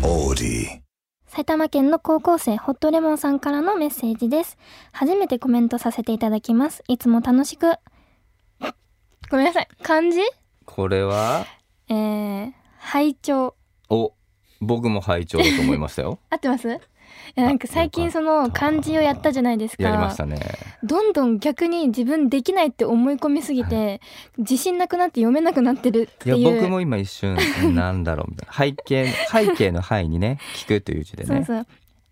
City. 埼玉県の高校生ホットレモンさんからのメッセージです。初めてコメントさせていただきます。いつも楽しく。ごめんなさい。漢字これは、えー、拝聴。お、僕も拝聴だと思いまし たよ。合ってますいやなんか最よ近かその漢字をやったじゃないですか。やりましたね。どんどん逆に自分できないって思い込みすぎて、自信なくなって読めなくなってるっいていやう。僕も今一瞬なんだろうみた いな背景背景の背にね聞くという字でそうねそう。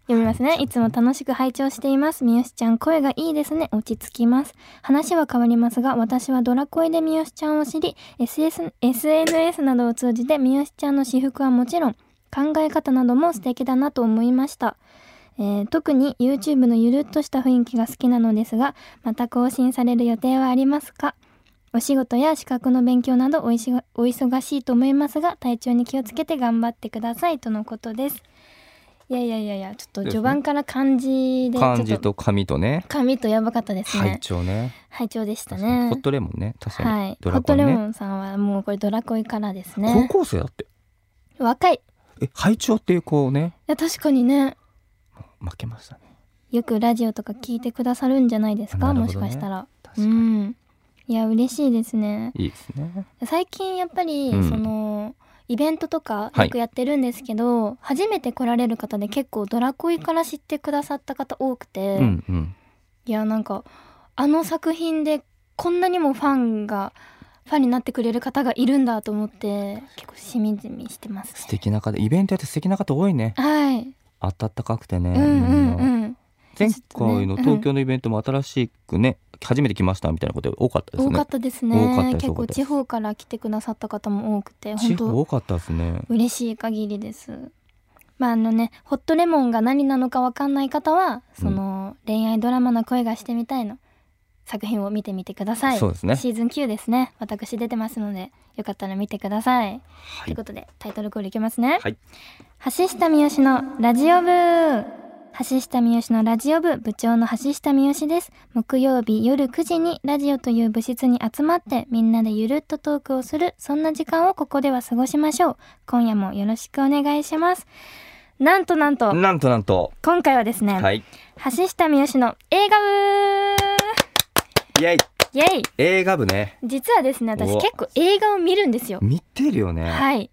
読みますね。いつも楽しく拝聴しています。みよしちゃん、声がいいですね。落ち着きます。話は変わりますが、私はドラコイでみよしちゃんを知り、SS、SNS などを通じてみよしちゃんの私服はもちろん、考え方なども素敵だなと思いました。えー特に YouTube のゆるっとした雰囲気が好きなのですが、また更新される予定はありますかお仕事や資格の勉強などおいしがお忙しいと思いますが、体調に気をつけて頑張ってくださいとのことです。いやいやいやいや、ちょっとですね序盤から漢字で、ちょっ漢字と紙とね紙とやばかったです拝ね。聴ね拝聴でした確かにねホッ。トレモンね確かはにい。ドホラッコトンレモねンさんはもうこれドラコイからですね。高校生だって若い。いえ拝聴っていう子をねや、確かにね。負けましたねよくラジオとか聞いてくださるんじゃないですか、なるもほしどねかしたら。確うかにん。いや、嬉しいですね。いいですね最近やっぱり、うんその、イベントとかはいよくやってるんですけど、初めて来られる方で結構ドラコイから知ってくださった方多くて、うんうんいやなんかあの作品でこんなにもファンがファンになってくれる方がいるんだと思って結構しみじみしてます素ね。敵な方イベントやって素敵な方多いねはい、暖かくてねうんうんみんなうん。前ちょっとね回の東京のイベントも新しくね初めて来ましたみたいなこと多かったです多かねったです多かったね。で結す多か構ったです地方から来てくださった方も多くて地本方当多かったですね嬉しい限りです。まああのねホットレモンが何なのかわかんない方はその、恋愛ドラマの恋がしてみたいの作品を見てみてください。そうですねシーズン9ですね。私出てますのでよかったら見てください。はといいうことでタイトルコールいきますね、はい橋下三好のラジオ部橋下三好のラジオ部部長の橋下三好です木曜日夜9時にラジオという部室に集まってみんなでゆるっとトークをするそんな時間をここでは過ごしましょう今夜もよろしくお願いしますなんとなんとなんとなんと今回はですね、はい橋下三好の映画イエイ部イエイ映画部ね実はですね私お結構映画を見るんですよ見てるよね、はい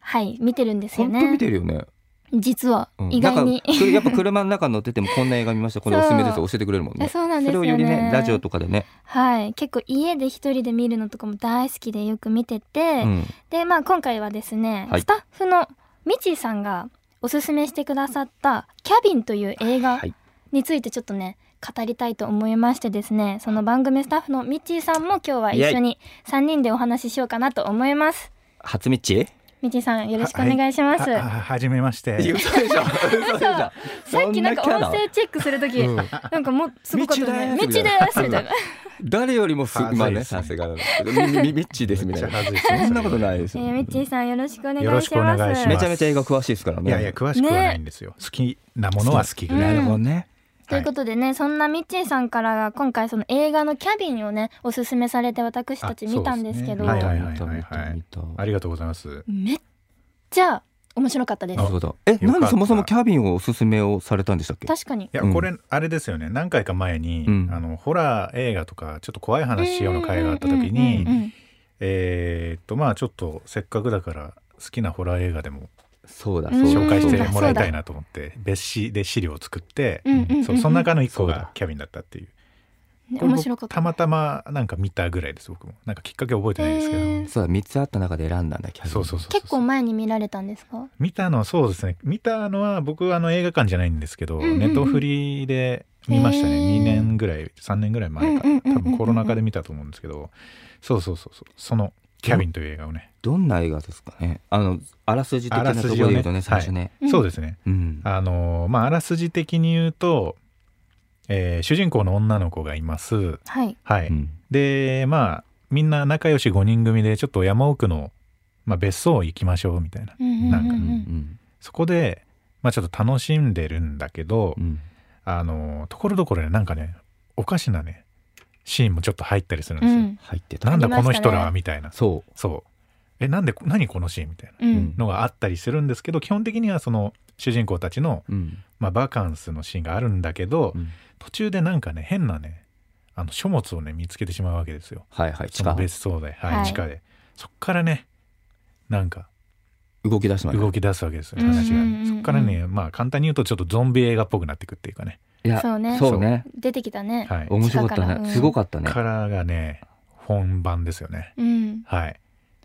はい見てるんですよ本ね当見てるよね、実はうん意外なんにか、くやっぱ車の中乗っててもこんな映画 見ましたこれおすすめですよ教えてくれるもんねそうなんですれよをねよりねラジオとかでね、 はい結構家で一人で見るのとかも大好きでよく見てて、うん、でまあ今回はですね、はいスタッフのみちさんがおすすめしてくださった「キャビン」という映画はいについてちょっとね語りたいと思いましてですねその番組スタッフのみちさんも今日は一緒に3人でお話ししようかなと思います初 みっちみちさんよろしくお願いします、ああはじめま して。言ったでしょ嘘でしょさっきなんかそキャ音ラ声チェックする時、うんなんかもうすごかったね「みみちちでですす」みたいな 誰よりもす恥ずいまあねですねさすがだみみみみっちですみたいなめっちゃ恥ずいですねそんなことないですえよー、みっちーさんよろしくお願いします。よろしくお願いしますめちゃめちゃ映画詳しいですからねいやいや詳しくはないんですよ。好きなものは好きぐらい。なるほどね、ということでね、そんなみっちーさんからが今回その映画のキャビンをねおすすめされて私たち見たんですけど、あそうですねはいはいはいはい見た見た見たありがとうございます。めっちゃ面白かったですなる。ほどえよなかんっでたそもそもキャビンをおすすめをされたんでしたっけ確かにい。やうんこれあれですよね。何回か前にうんあのホラー映画とかちょっと怖い話しようの会があった時うんうんうに、んうんえーっとまあちょっとせっかくだから好きなホラー映画でもそうだうんそ紹うだ介してそうだもらいたいなと思って別紙で資料を作ってうんうんうんうんそうその中の一個そうだがキャビンだったっていう。ねこれ僕面白かったた。またまなんか見たぐらいです僕も。なんかきっかけ覚えてないですけへど。ーそうだ3つあった中で選んだんだキャビンそうそうそうそう。結構前に見られたんですか。見たのはそうですね見たのは僕はあの映画館じゃないんですけど、うんうんうんネットフリで見ましたねへー2年ぐらい3年ぐらい前か、うんうんうんうんうん多分コロナ禍で見たと思うんですけどそうそうそうそうその「キャビン」という映画をね、どんな映画ですかねあのあらすじ的なところで言うとねあらすじをね最初ね、うんそうですねうんあのーまああらすじ的に言うと、えー主人公の女の子がいますはい。はい、うんでまあみんな仲良し5人組でちょっと山奥の、まあ、別荘行きましょうみたいなうんうんうなんんかううんん。んそこで、まあ、ちょっと楽しんでるんだけど、うんあのところどころでなんかねおかしなねシーンもちょっと入ったりするんうですよ。ん。入ってたなんだこの人ありましらたはねみたいなそそうえなんで何このシーンみたいなうんうんのがあったりするんですけど基本的にはその主人公たちの、うんまあ、バカンスのシーンがあるんだけど、うん途中でなんかね変なねあの書物をね見つけてしまうわけですよはいはいそ近の別荘で、はいはい地下でそっからねなんか動き出しました動き出すわけですようん話がうんうんうねんそっからねまあ簡単に言うとちょっとゾンビ映画っぽくなってくっていうかねいやそうねそうね出てきたね。はい面白か地っ下たからうんねすごかったねカラーがね本番ですよねうん。はい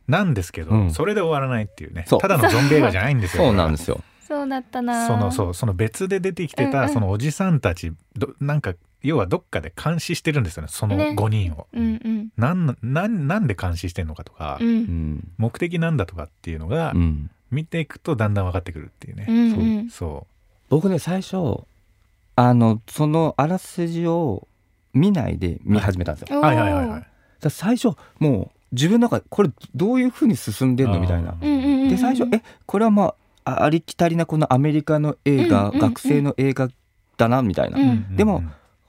なんですけど、うんそれで終わらないっていうねそうただのゾンビ映画じゃないんですよそうなんでですよそうだったな。そのそうその別で出てきてうんうたんそのおじさんたちどなんか要はどっかで監視してるんですよねそのね5人を、うんうんなんなんなんで監視してんのかとか、う。うんん目的なんだとかっていうのがうん見ていくとだんだん分かってくるっていうね、うんうんそ僕ね最初あのそのあらすじを見ないで見始めたんですようはいはいはいはおいーだから最初もう自分の中でこれどういうふうに進んでんのみたいなあーうんうんうんうん。で最初えこれはまああありきたりなこのアメリカの映うん画うんうん学生の映画だなみたいなうんでも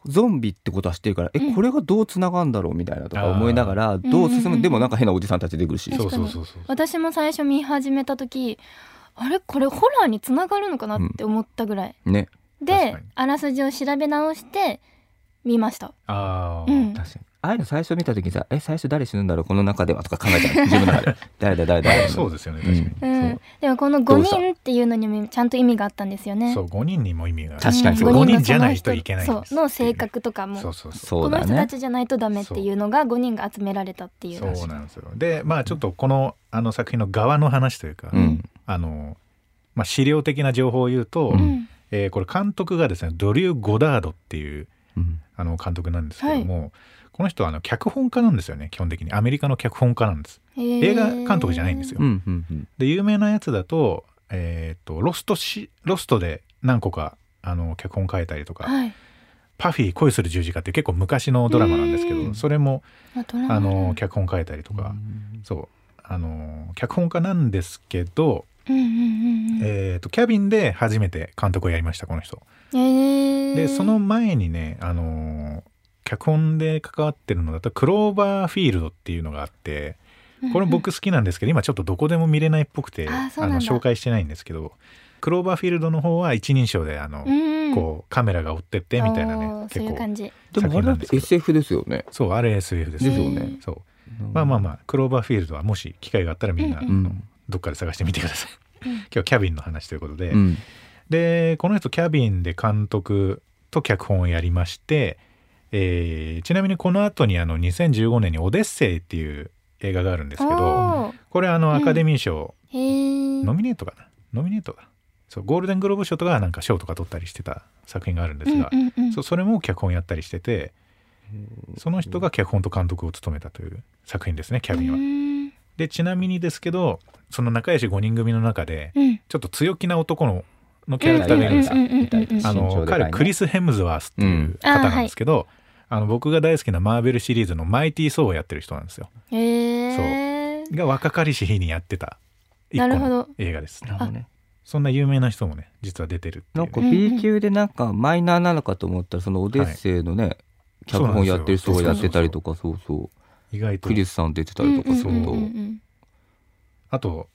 ゾンビってことは知ってるからえうんこれがどうつながるんだろうみたいなとかあー思いながらどうんう進うんうむんでもなんか変なおじさんたち出てくるし確そうかそにうそうそう私も最初見始めた時あれこれホラーにつながるのかなって思ったぐらい、ね確でかにあらすじを調べ直して見ましたああ、うん確かにああいうの最初見た時にさえ最初誰死ぬんだろうこの中ではとか考えちゃう自分の 中で誰だ誰だ誰だそうですよね確かに、うそん、でもこのど5うした人っていうのにもちゃんと意味があったんですよねそう5人にも意味がある確かにんそう5人のじゃないといけないんそでうすの性格とかもそうそうそうそこのうだ人たねちじゃないとダメっていうのが5人が集められたっていうそううなんですよでまあちょっとこのあの作品の側の話というか、うんあの、まあ、資料的な情報を言うと、うんえーこれ監督がですねドリュー・ゴダードっていううんあの監督なんですけども、この人はあの脚本家なんですよね基本的にアメリカの脚本家なんです映画監督じゃないんですよ、よ、うんうんうんで有名なやつだと,、えー、とロストしロストで何個かあの脚本書いたりとかはい「パフィー恋する十字架」って結構昔のドラマなんですけうどんそれもあドラマあの脚本書いたりとか、そうあの脚本家なんですけど、うんうんうんうんえー、とキャビンで初めて監督をやりましたこの人。えーでその前にねあのー脚本で関わってるのだとクローバーフィールドっていうのがあってこれ僕好きなんですけど今ちょっとどこでも見れないっぽくてああそうなんだの紹介してないんですけどクローバーフィールドの方は一人称であの、うんうんこうカメラが追ってってみたいなおねーそう結いう構感じでもあれだって SF ですよねそう RSF ですですようねんそうまあまあまあクローバーフィールドはもし機会があったらみんなうんうんどっかで探してみてください。うん今日はキャビンの話ということで、うんでこの人キャビンで監督と脚本をやりまして、えーちなみにこの後にあの2015年に「オデッセイ」っていう映画があるんですけどおーこれあうんのアカデミー賞、へーノミネートかなノミネートだそうゴールデングローブ賞とかなんか賞とか取ったりしてた作品があるんですが、うんうんうんそうそれも脚本やったりしててその人が脚本と監督を務めたという作品ですねキャビンは。うんでちなみにですけどその仲良し5人組の中でうんちょっと強気な男ののキャラクターがいるんですよ。うんうんうんうんうんあ身長のでかいね彼クリス・ヘムズワースっていう方なんですけど、あの僕が大好きなマーベルシリーズの「マイティー・ソー」をやってる人なんですよへえが若かりし日にやってた一個なるほのど映画ですなるほどねそんな有名な人もね実は出てるっていなうんね、かうんうん B 級でなんかマイナーなのかと思ったらそのオデッセイのね、脚本やってる人がやってたりとかそうそう意外とクリスさん出てたりとかすると、うんうんうんあと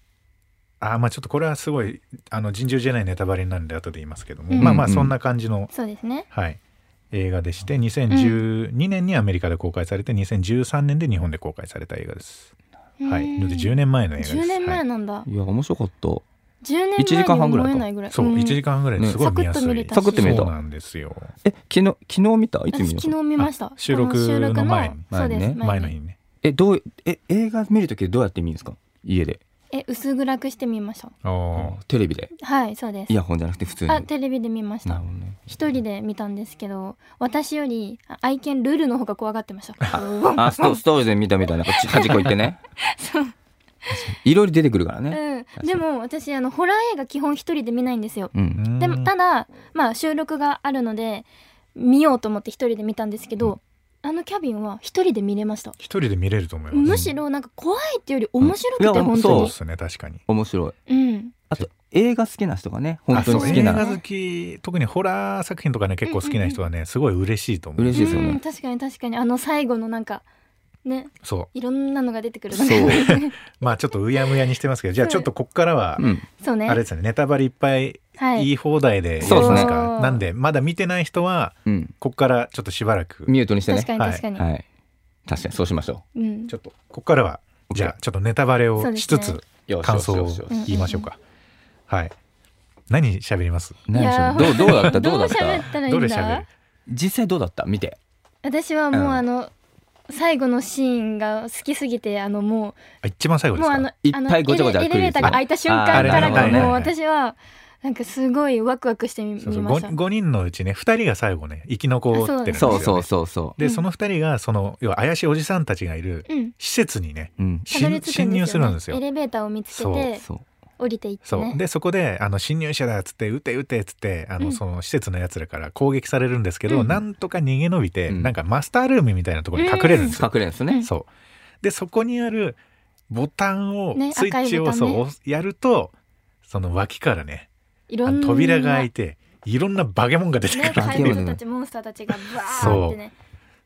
あーまあちょっとこれはすごいあの尋常じゃないネタバレなんで後で言いますけども、うんまあまあそんな感じの、そうですねはい、映画でして2012年にアメリカで公開されて2013年で日本で公開された映画です、はいうんなので10年前の映画です10年はい前なんだいや面白かった10年前1時間半ぐにらいか思えないぐらいそう、ん1時間ぐらいですごい見やすい、ねサクッと見れたしそうなんですよえ昨日昨日見たいつ見私た昨日見ました収録の前にあそう前でにすね前の日にねえどうえ映画見るときどうやって見るんですか家で、え薄暗くしてみましたあーテレビではいそうですイヤホンじゃなくて普通にあテレビで見ましなるたほどね一人で見たんですけど私よりあ愛犬ルルの方が怖がってました あストストーリーで見たみたいなこっち 端っこ行ってねいろいろ出てくるからね、うん、でも私あのホラー映画基本一人で見ないんですよ。うんうーんでもただまあ収録があるので見ようと思って一人で見たんですけど、あのキャビンは一人で見れました。一人で見れると思いますむしろなんか怖いっていうより面白くてうんいや本そう当でに。すね確かに面白いうん。あと映画好きな人がね本あ当にそ好うき映画な好き特にホラー作品とかね結構好きな人はねすごい嬉しいと思う嬉しいですようねん確かに確かにあの最後のなんかねそういろんなのが出てくるそうねまあちょっとうやむやにしてますけどじゃあちょっとこっからは、うん。 そうねあれですねネタバレいっぱいはい言い放題でやりますそうですねか、なんでまだ見てない人はうん。こっからちょっとしばらくミュートにしてね確。かにはい確かに、はい。確かに、そうしましょうんちょっとこっからはう。じゃあちょっとネタバレそうをですしねつつあ、よし感想よをしよしうん言いましょうか、はい何喋ります何でしょういどう、どうだったどどううだっ喋たったらいいどんれ喋だる実際どうだった見て。私はもううんあの、最後のシーンが好きすぎてあのもあ一番最後うですもかうあのいっぱいごちゃごちゃあのエレエレベーターが開いた瞬間ああれねからがはいはいもうはい私はなんかすごいワクワクしてみそうそう見ました 5, 人のうちね2人が最後ね生き残ってるんですよ、そね、うそうそうそでうんその2人がその要は怪しいおじさんたちがいるうん施設にねう。うん。たど侵り着くんですよ、侵ね、入するんですよエレベーターを見つけてそう。降りていってそう、ねでそこであの侵入者だっつって撃て撃てっつってあの、うんその施設のやつらから攻撃されるんですけど、うんなんとか逃げ延びて、うんなんかマスタールームみたいなところに隠れるんですよ隠、れるんですね。そうでそこにあるボタンを、ねスイッチを、赤いボタンねそう押すやるとその脇からねいあろんのな扉が開いていろんなバケモンが出てくるねんでバケ怪モン物たちモンスターたちがバーってね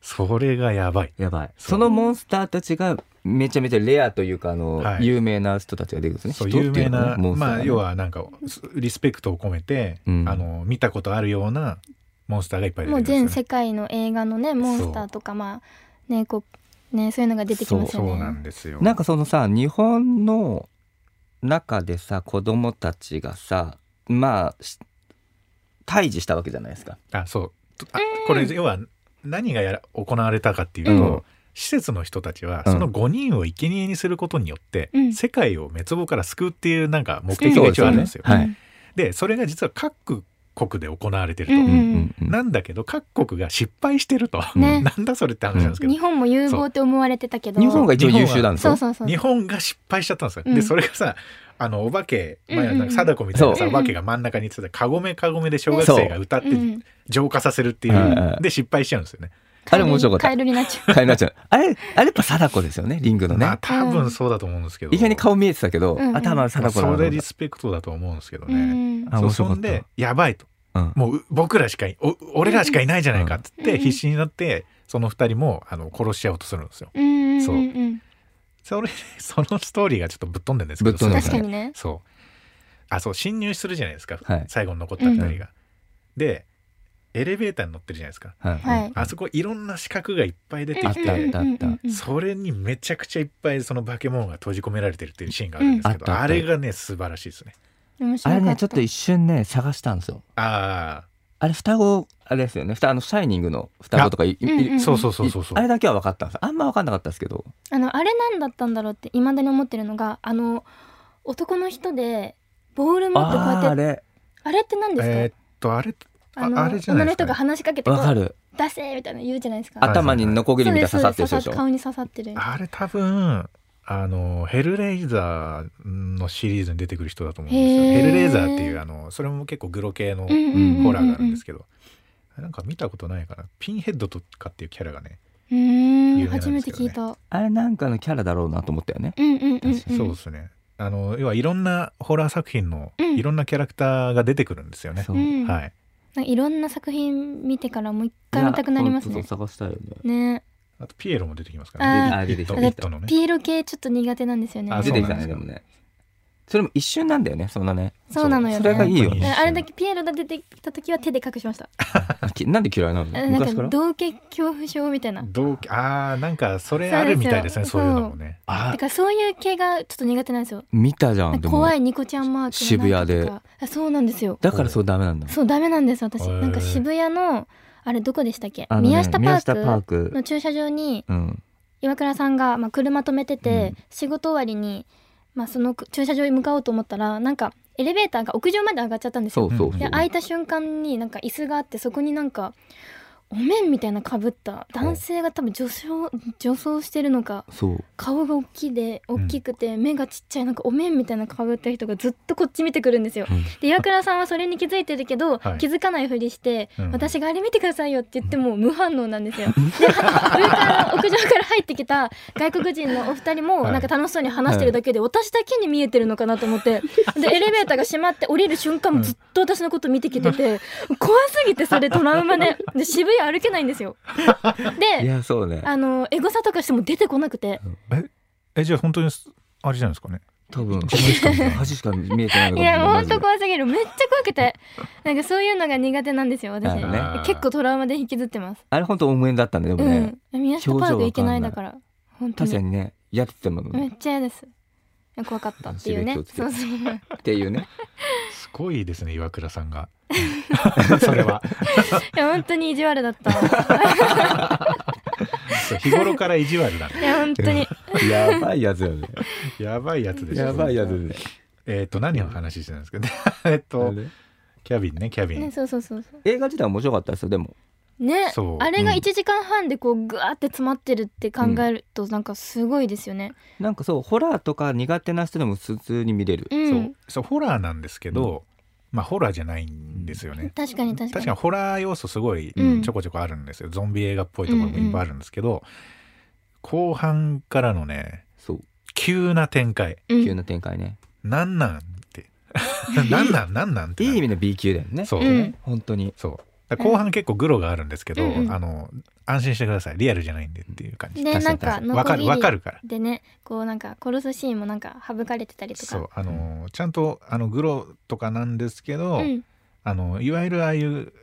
それがやばいやばい。そうそのモンスターたちがめちゃめちゃレアというか、あの、はい有名な人たちが出てくるんですそね。う人有ってい名うのな、ねモンスタまーがあね要はなんかすリスペクトを込めて、うんあの見たことあるようなモンスターがいっぱい出もてうくるん全ですよ、世界の映画のねモンスターとかまあねこうねそういうのが出てきますよねそうなんですよなんかそのさ日本の中でさ子供たちがさまあし退治したわけじゃないですか。あそうとあこれ要は何がやら行われたかっていうと、うん施設の人たちはうんその5人を生贄にすることによって、うん世界を滅亡から救うっていうなんか目的が一応あるんですよ。そうですよねはいでそれが実は各国で行われてるうと。んなんだけど各国が失敗してると、ねなんだそれって話なんですけど、日本も有望って思われてたけど日本が一応優秀なんですそうよ。そうそう日本が失敗しちゃったんですよ。うんでそれがさあのお化け、まあ、うんうんうんなんか貞子みたいなそさうお化けが真ん中についてカゴメカゴメで小学生が歌ってうん浄化させるっていう、うんで失敗しちゃうんですよね。あれ面白かったカエルになっちゃカエルナちゃんあれあれやっぱ貞子ですよねリングのまあね。多分そうだと思うんですけど、意外に顔見えてたけど、うんうん頭はまあ貞子なそのれリスペクトだと思うんですけどう。ね。うんあそう面白かそったんでやばいとうんもうう僕らしかいお俺らしかいないじゃないかっつっうんうてん必死になってその二人もあの殺し合おうとするんですよ。うんそううんそれそのストーリーがちょっとぶっ飛んでるんですけどぶっ飛んでます確かにねそうあそう侵入するじゃないですか、はい最後に残った二人が。でエレベーターに乗ってるじゃないですか。はいはいあそこいろんな資格がいっぱい出てうんきうんうんてあったあったうんそれにめちゃくちゃいっぱいその化け物が閉じ込められてるっていうシーンがあるんですけど、うんあったあったあれがね素晴らしいですね。うん面白あかれたねちょっと一瞬ね探したんですよ。ああれ双子あれですよね。双あのシャイニングの双子とかいいあうんうんあそうそうそうそうそう。あれだけは分かったんです。あんま分かんなかったですけど。あのあれなんだったんだろうって未だに思ってるのがあの男の人でボール持ってこうやあってーああれれって何ですか、えーっとあれああのあれじゃない女のですか人ねが話しかけてこ分かうる。出せみたいな言うじゃないですかあ頭にノコギリみたいな刺さってる人でしそうです刺さっょて。顔に刺さってるあれ多分あのヘルレイザーのシリーズに出てくる人だと思うんですよへーヘルレイザーっていうあのそれも結構グロ系のうんうんうんうんホラーがあるんですけど、なんか見たことないかなピンヘッドとかっていうキャラがね、うーん有名なんですけ初どねめて聞いたあれなんかのキャラだろうなと思ったよね。うんうんうんうんそうですねあの要はいろんなホラー作品のうんいろんなキャラクターが出てくるんですよね、そううんはいなんかいろんな作品見てからもう一回見たくなりますいやね本当そう探したいよね。ねあとピエロも出てきますからねあーイット出イッてきたトのねピエロ系ちょっと苦手なんですよねあ出そうてなんだきたねでもねそれも一瞬なんだよねそんなねそうなのよねそれがいいよね本当にあれだけピエロが出てきた時は手で隠しましたあきなんで嫌いなのあなん昔かから同系恐怖症みたいな同期あーなんかそれあるみたいですねそそううですいようのもねあだからそういう系がちょっと苦手なんですよ見たじゃなんんかでも怖いニコちゃんマークのなんかと渋かあそうなんですよだからそうダメなんだそうダメなんです私へーなんか渋谷のあれどこでしたっけ、あのね宮下パ宮下パーーククの駐車場にうん岩倉さんが、まあ、車止めてて、うん仕事終わりに、まあ、その駐車場に向かおうと思ったらなんかエレベーターが屋上まで上がっちゃったんですそようそうそうで開いた瞬間になんか椅子があってそこになんかお面みたいなかぶった男性が多分女装女装してるのかそう顔が大きいでん大きくて、目がちっちゃいなんかお面みたいなかぶった人がずっとこっち見てくるんですよ。うんで岩倉さんはそれに気づいてるけど、はい気づかないふりして、うん私があれ見てくださいよって言っても無反応なんですよ。で上から屋上から入ってきた外国人のお二人もはいなんか楽しそうに話してるだけで、私だけに見えてるのかなと思ってでエレベーターが閉まって降りる瞬間もずっと私のこと見てきてて、怖すぎてそれトラウマでで渋谷歩けないんですよいでやそうねあのエゴサとかしても出てこなくてええじゃあ本当にすあれじゃないですかね多 分自分しか見てない恥しか見えてないいのかもしれなやもうマ本ジで当怖すぎるめっちゃ怖くてなんかそういうのが苦手なんですよ私なるほどね結構トラウマで引きずってますあれ本当応援だったんだよでもね、うん宮下パーク行けないだから本当確かににねやっててもめっっちゃ嫌ですいや怖かったっていうね刺激をつけそうてそうていうねすごいですね岩倉さん がそれはいや本当に意地悪 だったい日頃から意地悪だねや本当にやばいやつよねやばいやつです やばいやつでえっ、と何の話してたんですか えっとキャビンねキャビン、ねそうそうそうそ映画自体面白かったですよでもうねそうあれがうん1時間半でこうグワーって詰まってるって考えるとなんかすごいですよねなんかそうホラーとか苦手な人でも普通に見れるうそんうそうホラーなんですけど、まあホラーじゃないんですよね、確かに確確かにかにホラー要素すごいうんちょこちょこあるんですよ、ゾンビ映画っぽいところもいっぱいあるんですけど、後半からのねそう急な展開うん急な展開ね、なんなんって なんなんなんなんっていないる意味の B 級だよねそう、うん本当にそうだから後半結構グロがあるんですけど、うんうんあの安心してくださいリアルじゃないんでっていう感じで確なかんにかわか残るりわかるからでねこうなんか殺すシーンもなんか省かれてたりとかそうあのちゃんとあのグロとかなんですけど、うん、あのいわゆるああいう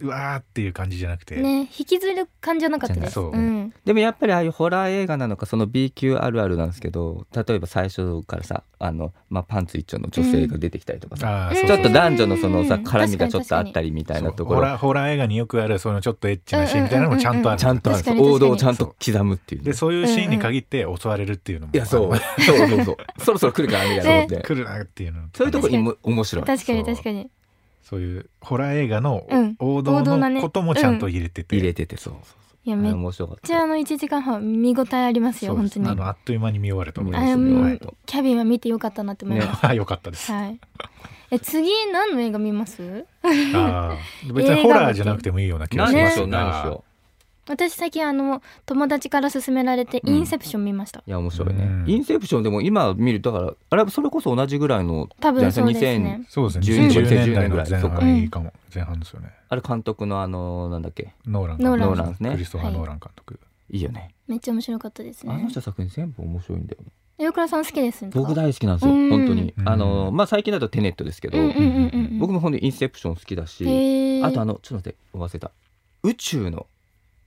うわーっていう感じじゃなくて、ね引きずる感じはなかったです、じゃないそうんでもやっぱりああいうホラー映画なのかその B 級あるあるなんですけど例えば最初からさあの、まあ、パンツ一丁の女性が出てきたりとかさ、ああうんそうちょっと男女のそのさうん絡みがちょっとあったりみたいなとこそうホろラーホラー映画によくあるそのちょっとエッチなシーンみたいなのもちゃんとある、ちゃんとあるんです確かに王道をちゃんと刻むっていうね、でそういうシーンに限って襲われるっていうのも、いやそう そうそうそうそろそろ来るからみたいな思って、あの来るなっていうのそういうとこにも面白い確かに確かにそういうホラー映画のうん王王道道なねのこともちゃんと入れてて、入れててそうそういやそうあめっれ面白かっちゃたあの1時間半見応えありますよそうで本す当にあのあっという間に見終わると思いあまれす、うんもはい、キャビンは見てよかったなって思います、あ よかったです、はいえ次何の映画見ますあー別にホラーじゃなくてもいいような気が何しでましすょう何でしがょ私最近あの友達から勧められて「うんインセプション」見ました、ういや面白いね、うんインセプションでも今見るだからあれそれこそ同じぐらいの多分じゃそあうですねそうですね10 10年代のぐらい前そうか半いいかも前半ですよねあれ監督のあのなんだっけノーランノーランノーランですねクリストファー・ノーラン監督、いいよねめっちゃ面白かったですあねの人作品全部面白いんだよね岩倉さん好きですか僕大好きなんですようん本当にうんあのまあ最近だとテネットですけどうんうんうんうんうん僕も本当にインセプション好きだしへーあとあのちょっと待って忘れた宇宙の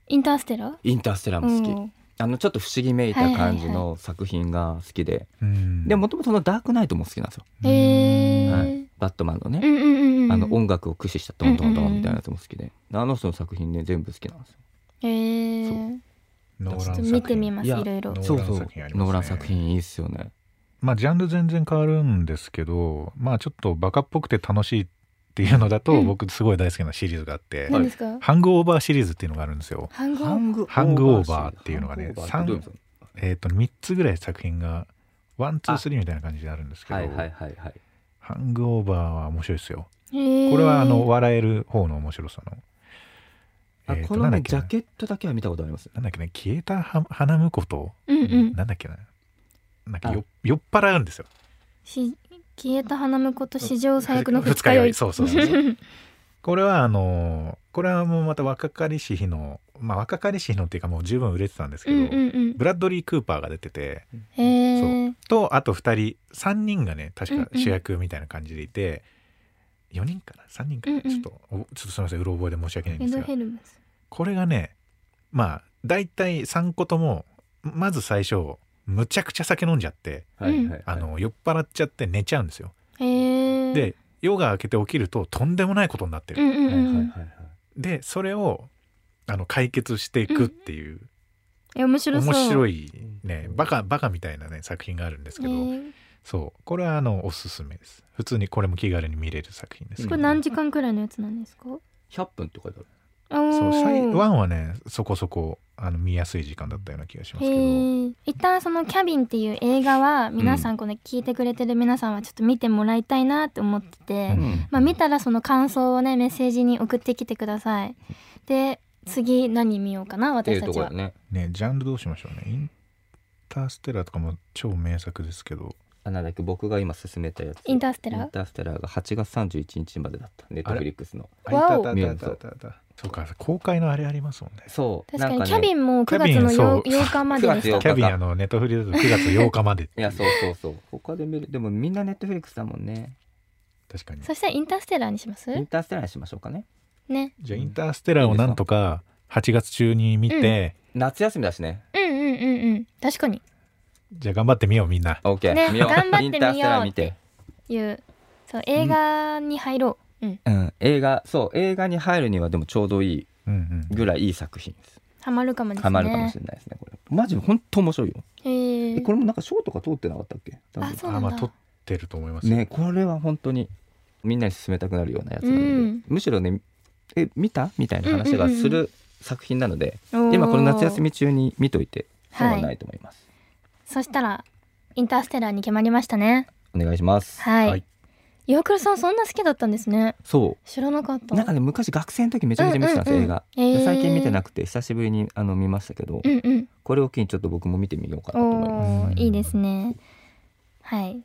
インターステラーインターステラーも好き好あのちょっと不思議めいた感じの作品が好きでうんでもともとのダークナイトも好きなんですよきへえはいバットマンのねうんうんうんうんあの音楽を駆使したドンドンドンみたいなやつも好きであの人の作品ね全部好きなんですよへえそうノーちょラっン作と品見てみますいやいろいろノそうーランそう作品ありますねノーラン作品いいっすよねまあジャンル全然変わるんですけどまあちょっとバカっぽくて楽しいっていうのだと、うん僕すごい大好きなシリーズがあって、何ですかハングオーバーシリーズっていうのがあるんですよハングハングハングオーバーっていうのがねハングオーバーってどういえうっ、と3つぐらい作品がワンツースリーみたいな感じであるんですけど、のはいはいはいはいハングオーバーは面白いですよここれはあの笑える方の面白さの、あえーとこのなねんだっけジなャケットだけは見たことありますなんだっけね消えたは花婿と、うんうんなんだっけななんかよ酔っ払うんですよし消えた花婿と史上最悪の二二日日酔酔いいそうそうそう これはあのーこれはもうまた若かりし日のまあ若かりし日のっていうかもう十分売れてたんですけうど、んうんうんブラッドリー・クーパーが出ててへえとあと2人3人がね確か主役みたいな感じでいて、4人かな3人かな、うんうんちょっとおちょっとすみませんうろ覚えで申し訳ないんエですドがヘルムスこれがねまあ大体3個ともまず最初むちゃくちゃ酒飲んじゃってはいはいあの酔っ払っちゃって寝ちゃうんですよ。へえで夜が明けて起きるととんでもないことになってるう。んうんはいはういんうはいんはいでそれをあの解決していくっていう、え面白そう面白いいねバカバカみたいなね作品があるんですけど、そうこれはあのおすすめです普通にこれも気軽に見れる作品ですけこど、れ何時間くらいのやつなんですか100分って書いてあるあーそうサイワンはねそこそこあの見やすい時間だったような気がしますけど、へえ一旦その「キャビン」っていう映画は皆さんこの聞いてくれてる皆さんはちょっと見てもらいたいなって思ってて、うんまあ、見たらその感想をねメッセージに送ってきてくださいで次何見ようかなってい私うたとちころはだねねジャンルどうしましょうねインターステラーとかも超名作ですけどあなんだっけ僕が今進めたやつインターステラーインターステラーが8月31日までだったネットフリックスのわおあいたいたいたいたいたそうか公開のあれありますもんねそう確かなにんキャビねンも9キャビ月ンのそう 8, 日まででしそたうキャビンあのネットフリだと9月8日までいやそうそうそう他で見るでもみんなネットフリックスだもんね確かにそしたらインターステラーにしますインターステラーにしましょうかねねじゃあインターステラーをなんとか8月中に見て、夏休みだしねうんうんうんうん確かにじゃあ頑張ってみようみんな OK、ね見よう頑張ってみようインターステラー見ていうそう映画に入ろう、うん、うん映画そう映画に入るにはでもちょうどいいうんうんぐらいいい作品ですハマるかもですねハマるかもしれないですねこれマジ本当面白いよへーえこれもなんか賞とか通ってなかったっけ多分あそうあなんまだあ撮ってると思いますよ、ねこれは本当にみんなに勧めたくなるようなやつなので、うんむしろねえ見たみたいな話がすうんうんうんうる作品なので、おー今この夏休み中に見といて損ははないいと思います、そしたらインターステラーに決まりましたねお願いします、はい、はい岩倉さんそんな好きだったんですねそ知らなかっうたなんかね昔学生の時めちゃめちゃ見てたんですよ、うんうんうん映画、へー最近見てなくて久しぶりにあの見ましたけど、うんうんこれを機にちょっと僕も見てみようかなと思いますおうおんいいですねはい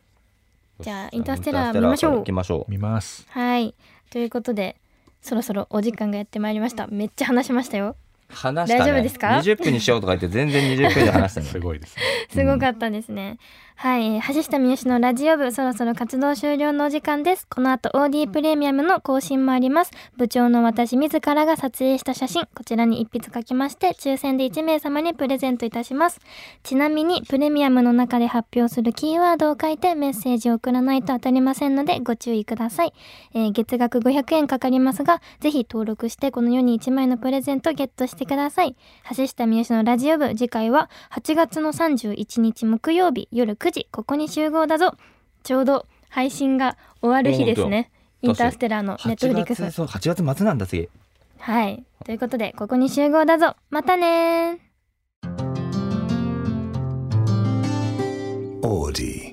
じゃあインターステラーインタから見ましょう行きましょう見ますはいということでそろそろお時間がやってまいりましためっちゃ話しましたよ話したね大丈夫ですか20分にしようとか言って全然20分で話したねすごいですねすごかったですね。はい、えー橋下三好のラジオ部、そろそろ活動終了のお時間です。この後、OD プレミアムの更新もあります。部長の私自らが撮影した写真、こちらに一筆書きまして、抽選で1名様にプレゼントいたします。ちなみに、プレミアムの中で発表するキーワードを書いてメッセージを送らないと当たりませんので、ご注意ください。えー月額500円かかりますが、ぜひ登録してこの世に1枚のプレゼントゲットしてください。橋下美由のラジオ部、次回は8月の31日木曜日夜9時、ここに集合だぞ。ちょうど配信が終わる日ですね。おイン本当タだーステラーの ネットフ8リックス月。そう8月末なんだ次はい。ということで、ここに集合だぞ。またねー。 Audi.